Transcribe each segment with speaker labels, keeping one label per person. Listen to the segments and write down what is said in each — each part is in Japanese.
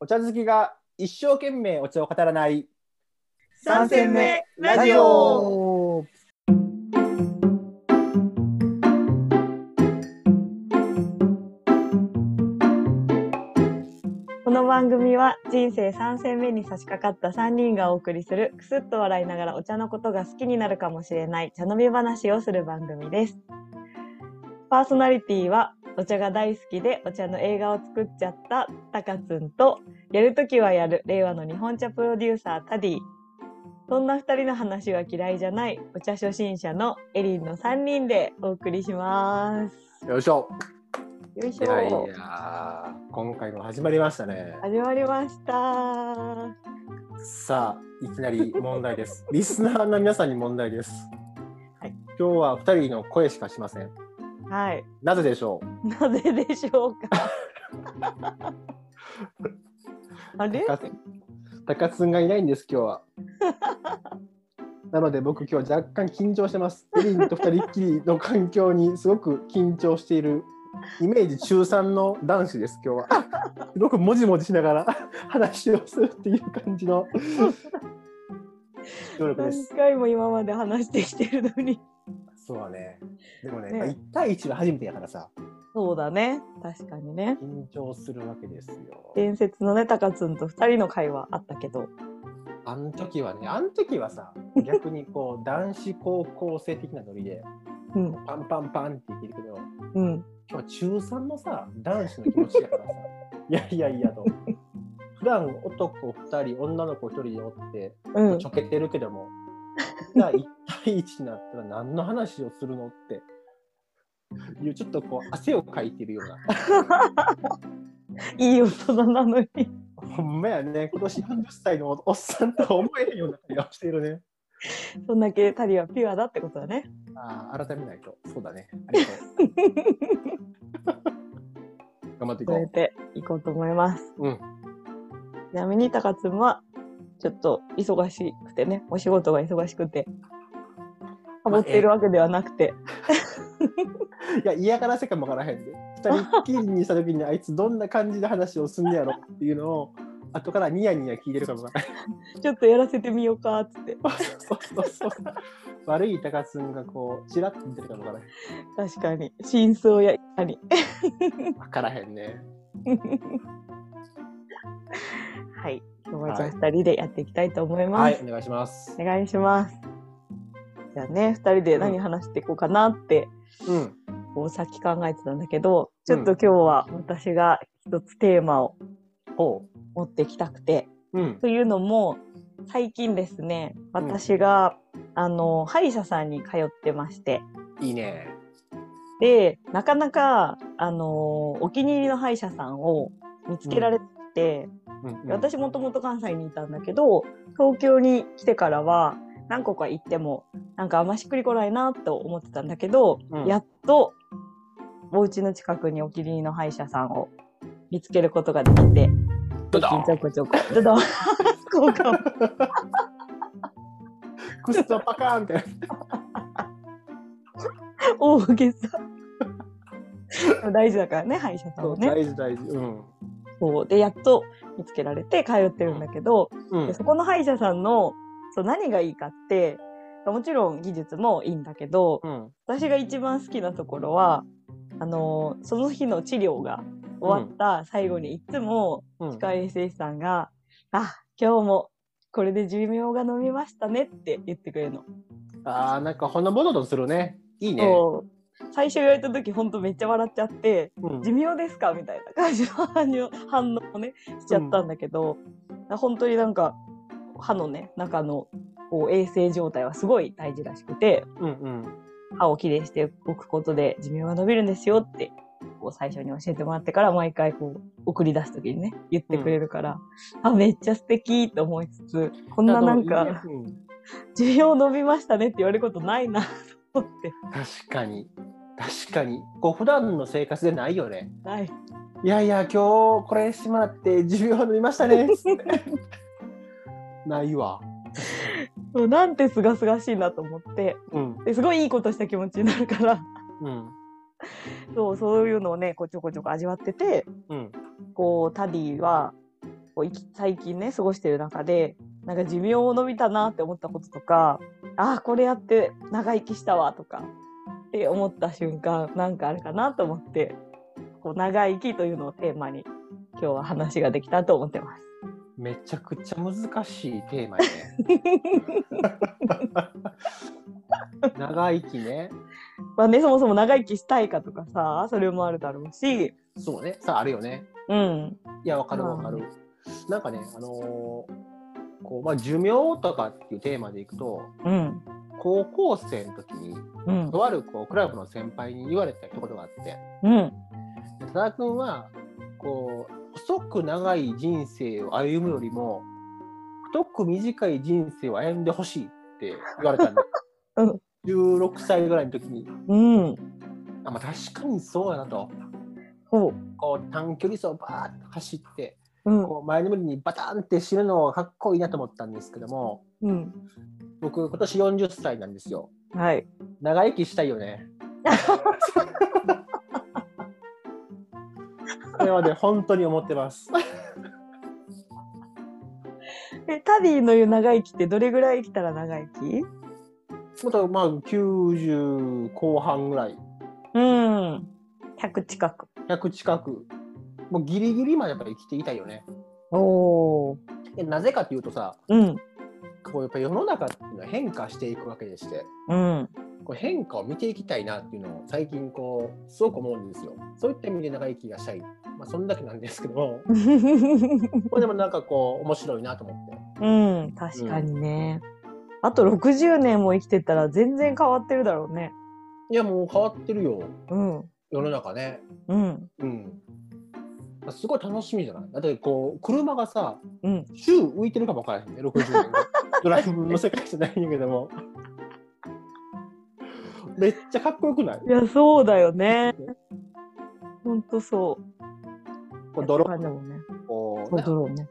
Speaker 1: お茶好きが一生懸命お茶を語らない
Speaker 2: 三戦目ラジ
Speaker 3: オ
Speaker 2: この番組は人生3戦目に差し掛かった3人がお送りするくすっと笑いながらお茶のことが好きになるかもしれない茶飲み話をする番組です。パーソナリティはお茶が大好きでお茶の映画を作っちゃったたかつんとやるときはやる令和の日本茶プロデューサータディ。そんな2人の話は嫌いじゃないお茶初心者のエリンの3人でお送りします。
Speaker 1: よいしょ
Speaker 2: よいし
Speaker 1: い
Speaker 2: ょ。
Speaker 1: やいや今回も始まりましたね
Speaker 2: 始まりました。
Speaker 1: さあいきなり問題です リスナーの皆さんに問題です、
Speaker 2: はい
Speaker 1: 今日は二人の声しかしません
Speaker 2: はい。
Speaker 1: なぜでしょ
Speaker 2: なぜでしょう か。あ
Speaker 1: う
Speaker 2: れ
Speaker 1: 高津高津がいないんです今日はなので僕今日若干緊張してますエリンと二人っきりの環境にすごく緊張しているイメージ中3の男子です今日はすごくもじもじしながら 話をするっていう感じの努力で
Speaker 2: 何
Speaker 1: す
Speaker 2: 回も今まで話してきてるのに。
Speaker 1: そうだね。でもね、
Speaker 2: ね
Speaker 1: 1対1は初めてやからさ、
Speaker 2: そうだね。確かにね。
Speaker 1: 緊張するわけですよ。
Speaker 2: 伝説のね、たかつんと二人の会話あったけど。
Speaker 1: あの時はね、あの時はさ、逆にこう、男子高校生的なノリで、
Speaker 2: うん、
Speaker 1: パンパンパンっていけるけど、
Speaker 2: うん。
Speaker 1: 今日中3のさ、男子の気持ちや からさ、いやいやいやと。普段男2人、女の子1人でおって、
Speaker 2: うん
Speaker 1: ち。ょけてるけども、じゃあ1対1になったら何の話をするのって。いうちょっとこう汗をかいてるよう な。
Speaker 2: いい大人なのに。
Speaker 1: ほんまやね、今年40歳のおっさんとは思えへんような気がしてるね。
Speaker 2: そんだけタリはピュアだってことだね。
Speaker 1: ああ、改めないと。そうだね。ありがと う。頑張ってい
Speaker 2: それ
Speaker 1: こ
Speaker 2: でいこうと思います。
Speaker 1: う。うん。
Speaker 2: ちなみにたかつんは、ちょっと忙しくてね、お仕事が忙しくて、サボってるわけではなくて、
Speaker 1: いや、嫌がらせかもわからへんで。二人っきりにした時に、あいつどんな感じで話をすんねやろっていうのを、後からニヤニヤ聞いてるかもわからへん。
Speaker 2: ちょっとやらせてみようかっつって
Speaker 1: そうそうそう。悪い高須がこう、ちらっと見てるかもわからへ
Speaker 2: 確かに真相やいかに
Speaker 1: ん。わからへん ね。
Speaker 2: はい今日はじゃあ2人でやっていきたいと思います、
Speaker 1: はい、お願いします。
Speaker 2: お願いしますじゃあね2人で何話していこうかなって、
Speaker 1: うん。
Speaker 2: こうさっき考えてたんだけどちょっと今日は私が一つテーマを
Speaker 1: ほ
Speaker 2: 持ってきたくて、
Speaker 1: う。うん。
Speaker 2: というのも最近ですね私が、あの歯医者さんに通ってまして
Speaker 1: いいね。
Speaker 2: でなかなか、あのお気に入りの歯医者さんを見つけられて、
Speaker 1: うん、うん。
Speaker 2: 私もともと関西にいたんだけど東京に来てからは何個か行ってもなんかあんましっくりこないなと思ってたんだけど、
Speaker 1: うん
Speaker 2: やっとお家の近くにお気に入りの歯医者さんを見つけることができて
Speaker 1: どうだ
Speaker 2: ちょこちょこちょ っと効果も
Speaker 1: クスとパカーンって。
Speaker 2: 大げさでも大事だからね歯医者さんはね
Speaker 1: 大事大事。うん。
Speaker 2: そうでやっと見つけられて通ってるんだけど、
Speaker 1: う
Speaker 2: でそこの歯医者さんのそう何がいいかってもちろん技術もいいんだけど
Speaker 1: うん。
Speaker 2: 私が一番好きなところはあのーその日の治療が終わった最後にいつも
Speaker 1: うん
Speaker 2: 歯科衛生士さんが「あ今日もこれで寿命が伸びましたね」って言ってくれるの。
Speaker 1: ああ、なんかほんのぼのとするね。いいね。
Speaker 2: そう最初言われた時ほんとめっちゃ笑っちゃって
Speaker 1: うん
Speaker 2: 「寿命ですか?」みたいな感じの反応反応をねしちゃったんだけど、本当になんか歯のね中のこう衛生状態はすごい大事らしくて
Speaker 1: うんうん。
Speaker 2: 歯をきれいにしておくことで寿命が伸びるんですよってこう最初に教えてもらってから毎回こう送り出す時にね言ってくれるから、あめっちゃ素敵と思いつつこんななんか
Speaker 1: うん
Speaker 2: 寿命伸びましたねって言われることないなと思って
Speaker 1: 確 かに。確かに。こう普段の生活でないよね。
Speaker 2: ない
Speaker 1: いやいや、今日これしてもらって授業飲みましたね。 つってないわ。
Speaker 2: そうなんてすがすがしいなと思って
Speaker 1: うん。
Speaker 2: ですごいいいことした気持ちになるから
Speaker 1: うん。
Speaker 2: そうそういうのをねこうちょこちょこ味わってて
Speaker 1: うん。
Speaker 2: こうタディはこういき最近ね過ごしてる中でなんか寿命を伸びたなって思ったこととかああこれやって長生きしたわとかって思った瞬間なんかあるかなと思ってこう長生きというのをテーマに今日は話ができたと思ってます。
Speaker 1: めちゃくちゃ難しいテーマやね。長生きね。
Speaker 2: まあねそもそも長生きしたいかとかさそれもあるだろうし
Speaker 1: そうね。さあ、あるよね。
Speaker 2: うん
Speaker 1: いや、わかるわかる。なんかね、あのーこう、まあ、寿命とかっていうテーマでいくと、
Speaker 2: うん
Speaker 1: 高校生の時に、
Speaker 2: うん
Speaker 1: とあるこうクラブの先輩に言われたことがあって、
Speaker 2: うん
Speaker 1: で多田君は、こう、細く長い人生を歩むよりも、太く短い人生を歩んでほしいって言われたんだ
Speaker 2: うん
Speaker 1: 16歳ぐらいの時に、
Speaker 2: うん
Speaker 1: あまあ、確かにそうやなと。
Speaker 2: ほ
Speaker 1: こう短距離走をバーッと走って、
Speaker 2: ううん
Speaker 1: こう前のめりにバタンって死ぬのがかっこいいなと思ったんですけども
Speaker 2: うん
Speaker 1: 僕今年40歳なんですよ
Speaker 2: はい
Speaker 1: 長生きしたいよね それはね本当に思ってます
Speaker 2: えタディの言う長生きってどれぐらい生きたら長生き
Speaker 1: またまあ90後半ぐらい
Speaker 2: うん100近く
Speaker 1: 100近くもうギリギリまでやっぱり生きていたいよね
Speaker 2: おお
Speaker 1: でなぜかというとさ
Speaker 2: うん
Speaker 1: こうやっぱ世の中っていうのは変化していくわけでして
Speaker 2: うん
Speaker 1: こう変化を見ていきたいなっていうのを最近こうすごく思うんですよ。そういった意味で長生きがしたい。まあそんだけなんですけども、これでもなんかこう面白いなと思って。
Speaker 2: うん確かにね、あと60年も生きてたら全然変わってるだろうね
Speaker 1: いやもう変わってるよ。
Speaker 2: うん
Speaker 1: 世の中ね。
Speaker 2: うん
Speaker 1: うん。すごい楽しみじゃないだってこう車がさ、
Speaker 2: うん
Speaker 1: 週浮いてるかもわからへんね、60年後。ドライブの世界じゃないんやけども。めっちゃかっこよくない
Speaker 2: いやそうだよ ねほんとそう
Speaker 1: こうドロー
Speaker 2: ー
Speaker 1: ン
Speaker 2: ンだもんね
Speaker 1: こう
Speaker 2: そう
Speaker 1: ね
Speaker 2: ドローンね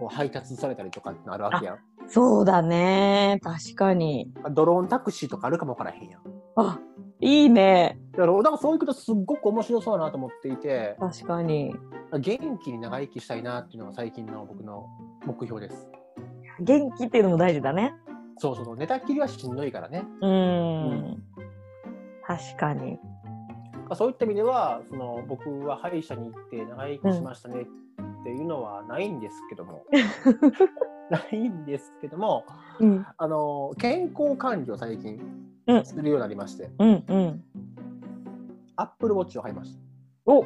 Speaker 1: こう配達されたりとかってのあるわけやん。
Speaker 2: そうだね確かに
Speaker 1: ドローンタクシーとかあるかもわからへんやん。
Speaker 2: あいいね
Speaker 1: だからだからそういうことすっごく面白そうだなと思っていて
Speaker 2: 確かに
Speaker 1: 元気に長生きしたいなっていうのが最近の僕の目標です
Speaker 2: 元気っていうのも大事だね
Speaker 1: そうそうそう寝たきりはしんどいからね
Speaker 2: うん
Speaker 1: う
Speaker 2: 確かに
Speaker 1: そういった意味ではその僕は歯医者に行って長生きしましたねっていうのはないんですけど も、ないんですけども
Speaker 2: うん
Speaker 1: あの健康管理を最近
Speaker 2: うん
Speaker 1: するようになりまして、
Speaker 2: うんうん
Speaker 1: アップルウォッチを買いました
Speaker 2: お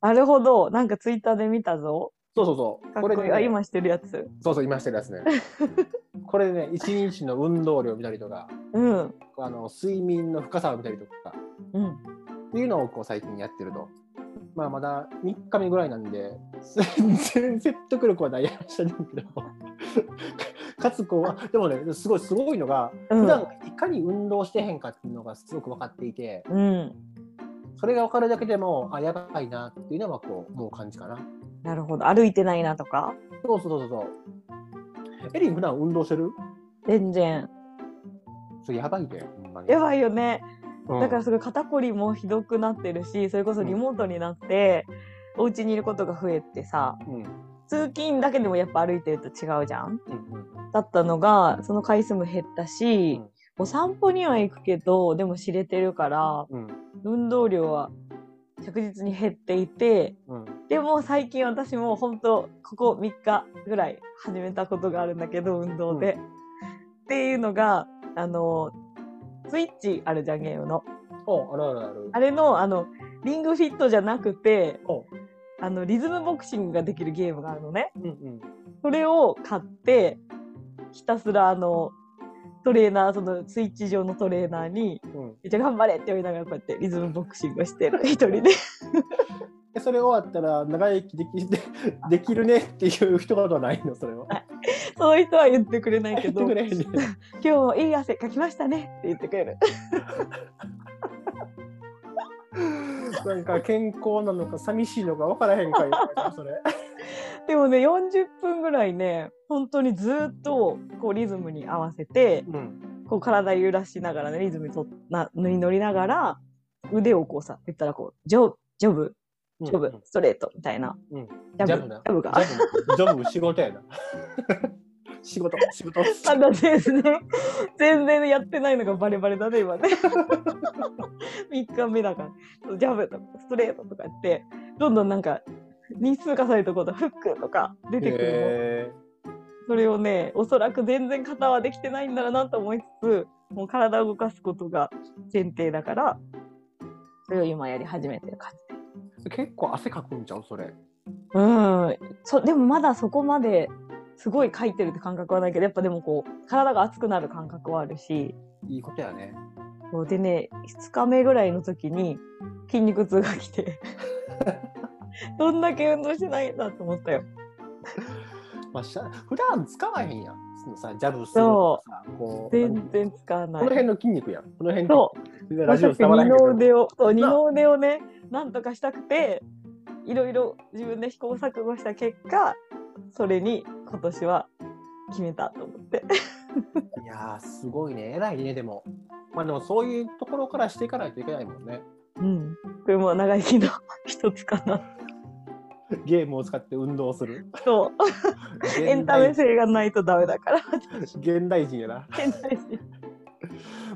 Speaker 2: なるほど。なんかツイッターで見たぞ。
Speaker 1: そうそうそう
Speaker 2: かっこいい。
Speaker 1: ね
Speaker 2: あ、今してるやつ。
Speaker 1: そうそう今してるやつ ねこれでね一日の運動量見たりとか
Speaker 2: うん。
Speaker 1: あの睡眠の深さを見たりとか
Speaker 2: うん。
Speaker 1: っていうのをこう最近やってると、まあ、まだ3日目ぐらいなんで全然説得力はない話なんだけど かつこうあでもねすごいすごいのが
Speaker 2: うん
Speaker 1: 普段いかに運動してへんかっていうのがすごく分かっていて
Speaker 2: うん。
Speaker 1: それが分かるだけでもあやばいなっていうのはこうもう感じかな
Speaker 2: なるほど。歩いてないなとか。
Speaker 1: そうそうそうそうエリン普段運動してる
Speaker 2: 全然。
Speaker 1: それやばいでほんまに
Speaker 2: やばいよね。
Speaker 1: うん
Speaker 2: だからすごい肩こりもひどくなってるし、それこそリモートになって、お家にいることが増えてさ、
Speaker 1: うんうん
Speaker 2: 通勤だけでもやっぱ歩いてると違うじゃん
Speaker 1: うん
Speaker 2: だったのが、その回数も減ったし、
Speaker 1: うん
Speaker 2: お散歩には行くけど、でも知れてるから、
Speaker 1: うん
Speaker 2: 運動量は着実に減っていて、
Speaker 1: うん
Speaker 2: でも最近私も本当ここ3日ぐらい始めたことがあるんだけど運動で。っていうのがあのスイッチあるじゃんゲームの。
Speaker 1: おあるあるある
Speaker 2: あれのあのリングフィットじゃなくて
Speaker 1: お
Speaker 2: あのリズムボクシングができるゲームがあるのね。
Speaker 1: うんうん
Speaker 2: それを買ってひたすらあのトレーナーそのスイッチ上のトレーナーに
Speaker 1: うん
Speaker 2: 「めっちゃ頑張れ!」って言いながらこうやってリズムボクシングをしてる一人で。
Speaker 1: でそれ終わったら長生き できでできるねっていう一言はないのそれは。
Speaker 2: その人は言ってくれないけ
Speaker 1: 言っ
Speaker 2: ど
Speaker 1: てくれへんね
Speaker 2: 今日もいい汗かきましたねって言ってくれる。
Speaker 1: なんか健康なのか寂しいのか分からへんかいそれ。
Speaker 2: でもね40分ぐらいね本当にずっとこうリズムに合わせて
Speaker 1: うん
Speaker 2: こう体揺らしながらねリズムにとな乗り乗りながら腕をこうさ言ったらこうジョブジョブジョブ、ストレートみたいな。
Speaker 1: うん
Speaker 2: ジ
Speaker 1: ジ
Speaker 2: ャ
Speaker 1: ャ
Speaker 2: ブ
Speaker 1: ブ
Speaker 2: ジ
Speaker 1: な
Speaker 2: ャブが。
Speaker 1: ジョブ仕事やな。 仕事、仕事。
Speaker 2: まだ全然、全然やってないのがバレバレだね、今ね。3日目だから。ジャブとかストレートとかやって、どんどんなんか、日数化されたこと、フックとか出てくるの。
Speaker 1: え
Speaker 2: それをね、おそらく全然型はできてないんだろうなと思いつつ、もう体を動かすことが前提だから、それを今やり始めてる感じ。
Speaker 1: ー結構汗かくんちゃうそれ。
Speaker 2: うんそでもまだそこまですごい書いてるって感覚はないけどやっぱでもこう体が熱くなる感覚はあるし
Speaker 1: いいことやね。
Speaker 2: そうでね2日目ぐらいの時に筋肉痛が来 てどんだけ運動してないんだと思ったよ
Speaker 1: まあ、しゃ普段使わへんやん。そのさ、ジャブするとかさ、こう。
Speaker 2: 全然使わ
Speaker 1: こ
Speaker 2: な
Speaker 1: の辺
Speaker 2: い
Speaker 1: の筋肉やん。この辺
Speaker 2: そ
Speaker 1: で
Speaker 2: う
Speaker 1: ラ
Speaker 2: ま
Speaker 1: ジ
Speaker 2: さ
Speaker 1: オ
Speaker 2: し
Speaker 1: 伝わらへ
Speaker 2: 二
Speaker 1: んけ
Speaker 2: の
Speaker 1: ど。
Speaker 2: 腕をそう二
Speaker 1: な
Speaker 2: の腕をねなんとかしたくていろいろ自分で試行錯誤した結果それに今年は決めたと思って
Speaker 1: いやー、すごいね。偉いね、でも。まあでもそういうところからしていかないといけないもんね。
Speaker 2: うん。これも長生きの 一つかな。
Speaker 1: ゲームを使って運動する。
Speaker 2: そう。エンタメ性がないとダメだから。
Speaker 1: 現代人やな。
Speaker 2: 現代人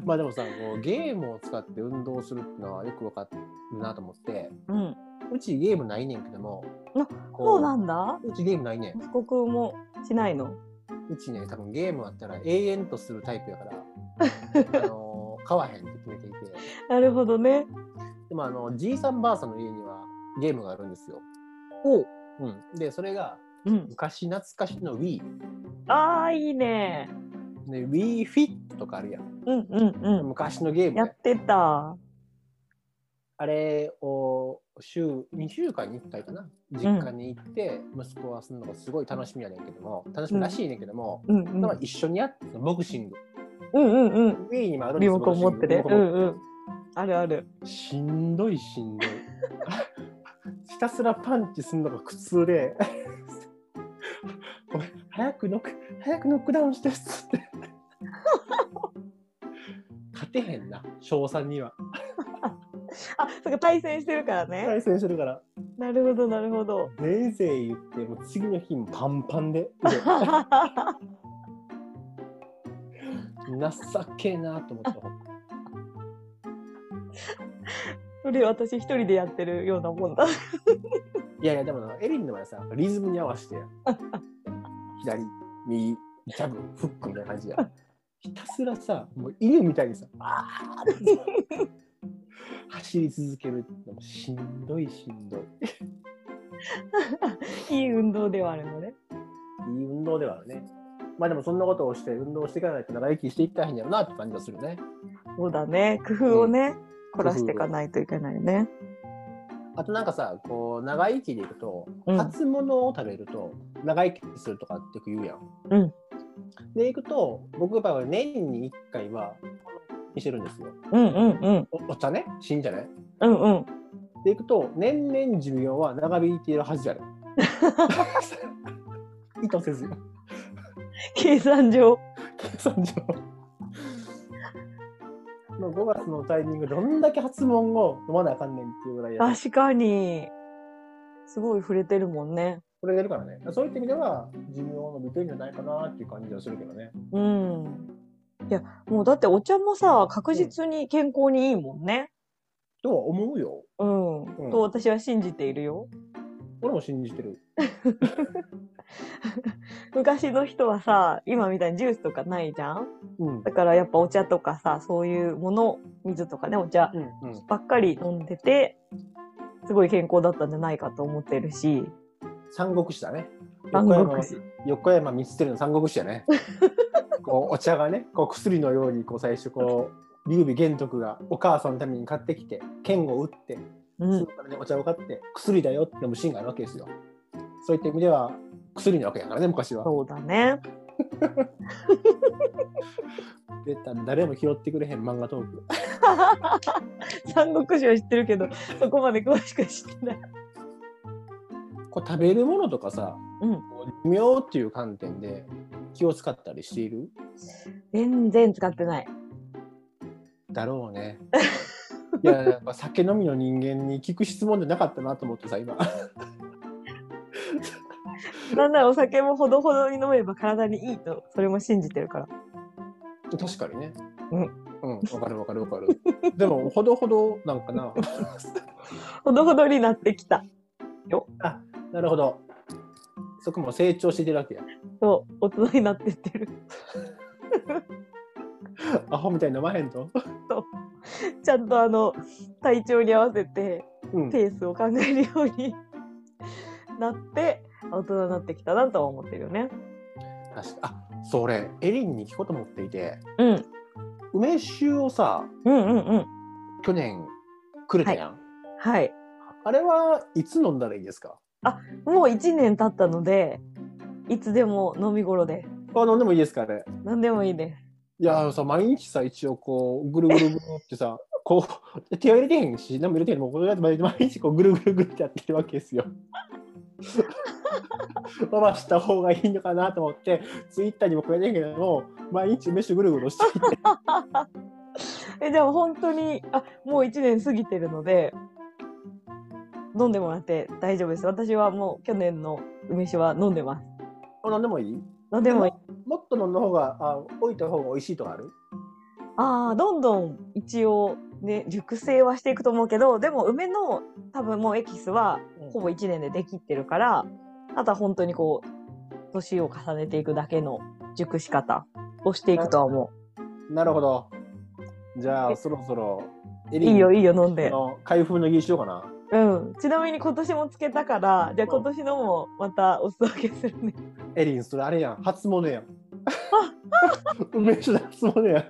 Speaker 1: まあでもさ、こうゲームを使って運動するっていうのはよく分かるなと思って、
Speaker 2: うん。
Speaker 1: うちゲームないねんけども、
Speaker 2: あ
Speaker 1: こ
Speaker 2: そうなんだ。
Speaker 1: うちゲームないねん。
Speaker 2: 帰国もしないの。
Speaker 1: うちね、多分ゲームあったら永遠とするタイプや から、あのー買わへんって決めていて、
Speaker 2: なるほどね。
Speaker 1: でもあの、じいさんばあさんの家にはゲームがあるんですよ。
Speaker 2: おう。
Speaker 1: うん、で、それが
Speaker 2: うん。
Speaker 1: 昔懐かしの Wii、
Speaker 2: ああ、いいね。
Speaker 1: で WeFit とかあるやん。
Speaker 2: うんうん
Speaker 1: 昔のゲー
Speaker 2: うん。
Speaker 1: ム
Speaker 2: や
Speaker 1: や
Speaker 2: ってた。
Speaker 1: あれを週2週間に1回かな実家に行って息子はするのがすごい楽しみやねんけども楽しみらしいねんけども、
Speaker 2: うんうん。う
Speaker 1: だから
Speaker 2: ん
Speaker 1: 一緒にやってたボクシング
Speaker 2: うんうん。
Speaker 1: Wii にもあるんで
Speaker 2: リ
Speaker 1: す
Speaker 2: モコン持ってね。
Speaker 1: ボク
Speaker 2: う
Speaker 1: シング
Speaker 2: んうん。あるある。
Speaker 1: しんどいしんどい ひたすらパンチするのが苦痛で お前早くノック早くノックダウンしてっつって 勝てへんな翔さんには
Speaker 2: あ、そっか、対戦してるからね。
Speaker 1: 対戦してるから
Speaker 2: なるほど、なるほ ど。
Speaker 1: ぜいぜい言ってもう次の日もパンパンでで情けえなと思って
Speaker 2: それ私一人でやってるようなもんだ。
Speaker 1: いやいやでもなエリンの場合はさリズムに合わせてや左右ジャブフックみたいな感じやひたすらさもう犬みたいにさあーって走り続けるのもしんどいしんどい
Speaker 2: いい運動ではあるのね。
Speaker 1: いい運動ではあるねまあでもそんなことをして運動していかないと長生きしていったへんやろなって感じがするね
Speaker 2: そうだね。工夫をね、
Speaker 1: うん
Speaker 2: 凝らしていかないといけないね。
Speaker 1: あとなんかさこう長生きでいくと
Speaker 2: うん
Speaker 1: 初物を食べると長生きするとかってよく言うやん。
Speaker 2: うん
Speaker 1: でいくと僕の場合は年に1回はにしてるんですよ。
Speaker 2: うんうんうん。
Speaker 1: おお茶ね死んじゃね
Speaker 2: うんうん。
Speaker 1: でいくと年々寿命は長引いているはずやね 意図せず
Speaker 2: 計算上。
Speaker 1: 計算上。もう5月のタイミングどんだけ発問を飲まなあかんねんっていうぐらいやね
Speaker 2: 確かに。すごい触れてるもんね。
Speaker 1: これ出るからねそういった意味では寿命を伸びてるんじゃないかなっていう感じはするけどね。
Speaker 2: うん。いや、もうだってお茶もさ、確実に健康にいいもんね。
Speaker 1: とは思うよ。
Speaker 2: うん。
Speaker 1: うん
Speaker 2: と私は信じているよ。
Speaker 1: 俺も信じてる。
Speaker 2: 昔の人はさ、今みたいにジュースとかないじゃん
Speaker 1: うん。
Speaker 2: だからやっぱお茶とかさ、そういうもの、水とかね、お茶
Speaker 1: うんうん。
Speaker 2: ばっかり飲んでて、すごい健康だったんじゃないかと思ってるし。
Speaker 1: 三国志だね。
Speaker 2: 三国志。
Speaker 1: 横山光輝の三国志だ ね。こうお茶がね、こう薬のようにこう最初こう劉備玄徳がお母さんのために買ってきて剣を打って、
Speaker 2: う
Speaker 1: そ
Speaker 2: ん
Speaker 1: の、からねお茶を買って薬だよって飲むシーンがあるわけですよ。そういった意味では薬なわけやからね昔は。
Speaker 2: そうだね。
Speaker 1: で誰も拾ってくれへん漫画トーク。
Speaker 2: 三国志は知ってるけど、そこまで詳しく知ってない。
Speaker 1: こう食べるものとかさ、
Speaker 2: うん
Speaker 1: こう寿命っていう観点で気を使ったりしている
Speaker 2: 全然使ってない。
Speaker 1: だろうね。いや、やっぱ酒飲みの人間に聞く質問じゃなかったなと思ってさ、今。
Speaker 2: なんならお酒もほどほどに飲めば体にいいと、それも信じてるから。
Speaker 1: 確かにね。
Speaker 2: うん
Speaker 1: うん、わかるわかるわかる。でも、ほどほどなんかな。
Speaker 2: ほどほどになってきた。
Speaker 1: なるほど。そこも成長しているわけや。
Speaker 2: そう、大人になってってる。
Speaker 1: アホみたいに飲まへんと。
Speaker 2: ちゃんとあの、体調に合わせて、
Speaker 1: うん。
Speaker 2: ペースを考えるように なって、大人になってきたなとは思ってるよね。
Speaker 1: 確かあ、それ、エリンに聞こうと思っていて、
Speaker 2: うん。
Speaker 1: 梅酒をさ、
Speaker 2: うんうんうん。
Speaker 1: 去年くれたやん。
Speaker 2: はい。
Speaker 1: あれはいつ飲んだらいいですか
Speaker 2: もう1年経ったので、いつでも飲み頃で、
Speaker 1: あ、飲んでもいいですかあれ。
Speaker 2: 何でもいいです。
Speaker 1: いや、あのさ、毎日さ、一応こう、ぐるぐるぐるってさ、 こう、手は入れてへんし、何も入れてへんのもうこれだって毎日毎日こう、ぐるぐるぐるってやってるわけです よ。伸ばした方がいいのかなと思って、ツイッターにもこれてへんけども、毎日飯ぐるぐる していて、
Speaker 2: え、じゃあ本当に、あ、もう1年過ぎてるので、飲んでもらって大丈夫です。私はもう去年の梅酒は飲んでます。
Speaker 1: あ飲んでもいい
Speaker 2: 飲んでもいい。
Speaker 1: もっと飲んだ方が、あ置いた方が美味しいとかある
Speaker 2: ああ、どんどん一応ね、熟成はしていくと思うけど、でも梅の多分もうエキスはほぼ1年でできってるから、あとは本当にこう、年を重ねていくだけの熟し方をしていくとは思
Speaker 1: なるほど。じゃあ、
Speaker 2: え
Speaker 1: そろそろ、エ
Speaker 2: う。
Speaker 1: リン
Speaker 2: いいよ、いいよ、飲んで。
Speaker 1: の開封の儀しようかな。
Speaker 2: うん。ちなみに今年もつけたから、じゃあ今年のもまたお裾分けするね。
Speaker 1: エリン、それあれやん、初物やん。 梅酒の初物やん。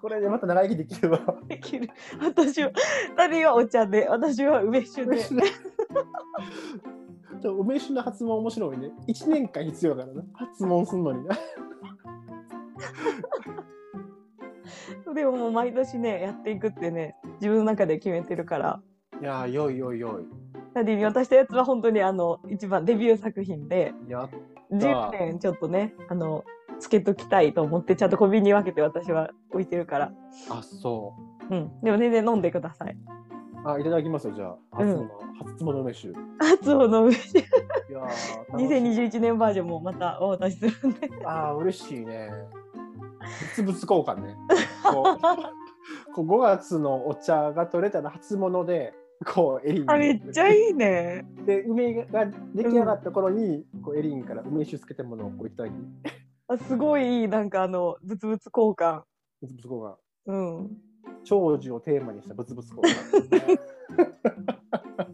Speaker 1: これでまた長生きできるわ。
Speaker 2: できる。 私は、二人はお茶で、私は梅酒
Speaker 1: 梅
Speaker 2: で。
Speaker 1: 酒のでも 梅酒の発問面白いね。1年間必要だからな。発問すんのにな。
Speaker 2: でももう毎年ね、やっていくってね、自分の中で決めてるから。
Speaker 1: いやー、よいよいよ
Speaker 2: ダディに渡したやつは本当にあの、一番デビュー作品で、
Speaker 1: い。やっ
Speaker 2: 10年ちょっとね、あの、つけときたいと思って、ちゃんと小瓶に分けて私は置いてるから。
Speaker 1: あそ
Speaker 2: うん。でも全然飲んでください。
Speaker 1: う。あ、いただきますよ、じゃあ。初物、初物梅酒。い
Speaker 2: 初を飲むし、
Speaker 1: やー、楽しい
Speaker 2: 2021年バージョンもまたお渡しするんで。
Speaker 1: ああ、嬉しいね。物々交換 ね。こうこう5月のお茶が取れたら初物で、こうエリンに
Speaker 2: あ、めっちゃいいね。
Speaker 1: で、梅が出来上がった頃に、こうエリンから梅酒漬けたものをこういただき、物
Speaker 2: あすごいいい、なんかあの、ブツブツ交換。
Speaker 1: 々交換。
Speaker 2: うん。
Speaker 1: 長寿をテーマにした物々交換。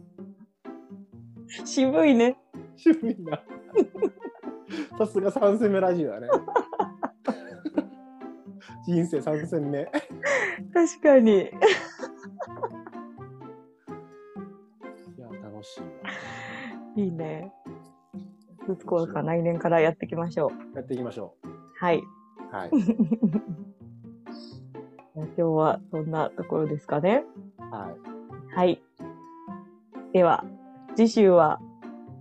Speaker 2: 渋いね。
Speaker 1: 渋いな。 さすが3戦目ラジオだね。人生3戦目。
Speaker 2: 確かに。
Speaker 1: いや、楽しいわ。
Speaker 2: いいね。ブツコか来年からやっていきましょう。
Speaker 1: やっていきましょ
Speaker 2: はい。
Speaker 1: う。はい。
Speaker 2: 今日はそんなところですかね。
Speaker 1: はい
Speaker 2: はい。では、次週は、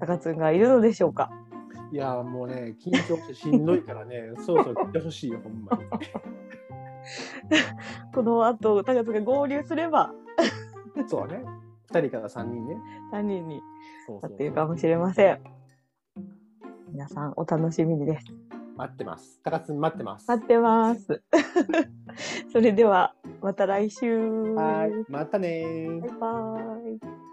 Speaker 2: タカツンがいるのでしょうか
Speaker 1: いやーもうね、緊張してしんどいからね、 そろそろ来てほしいよ、ほんまに。
Speaker 2: この後、タカツンが合流すれば、
Speaker 1: そうね、2人から3人ね。
Speaker 2: 3人に
Speaker 1: そうそ
Speaker 2: な
Speaker 1: う
Speaker 2: っているかもしれません。皆さん、お楽しみにです。
Speaker 1: 待ってます。高津待ってます。
Speaker 2: 待ってます。 それでは、また来週。
Speaker 1: はーい、またねー
Speaker 2: バイバーイ。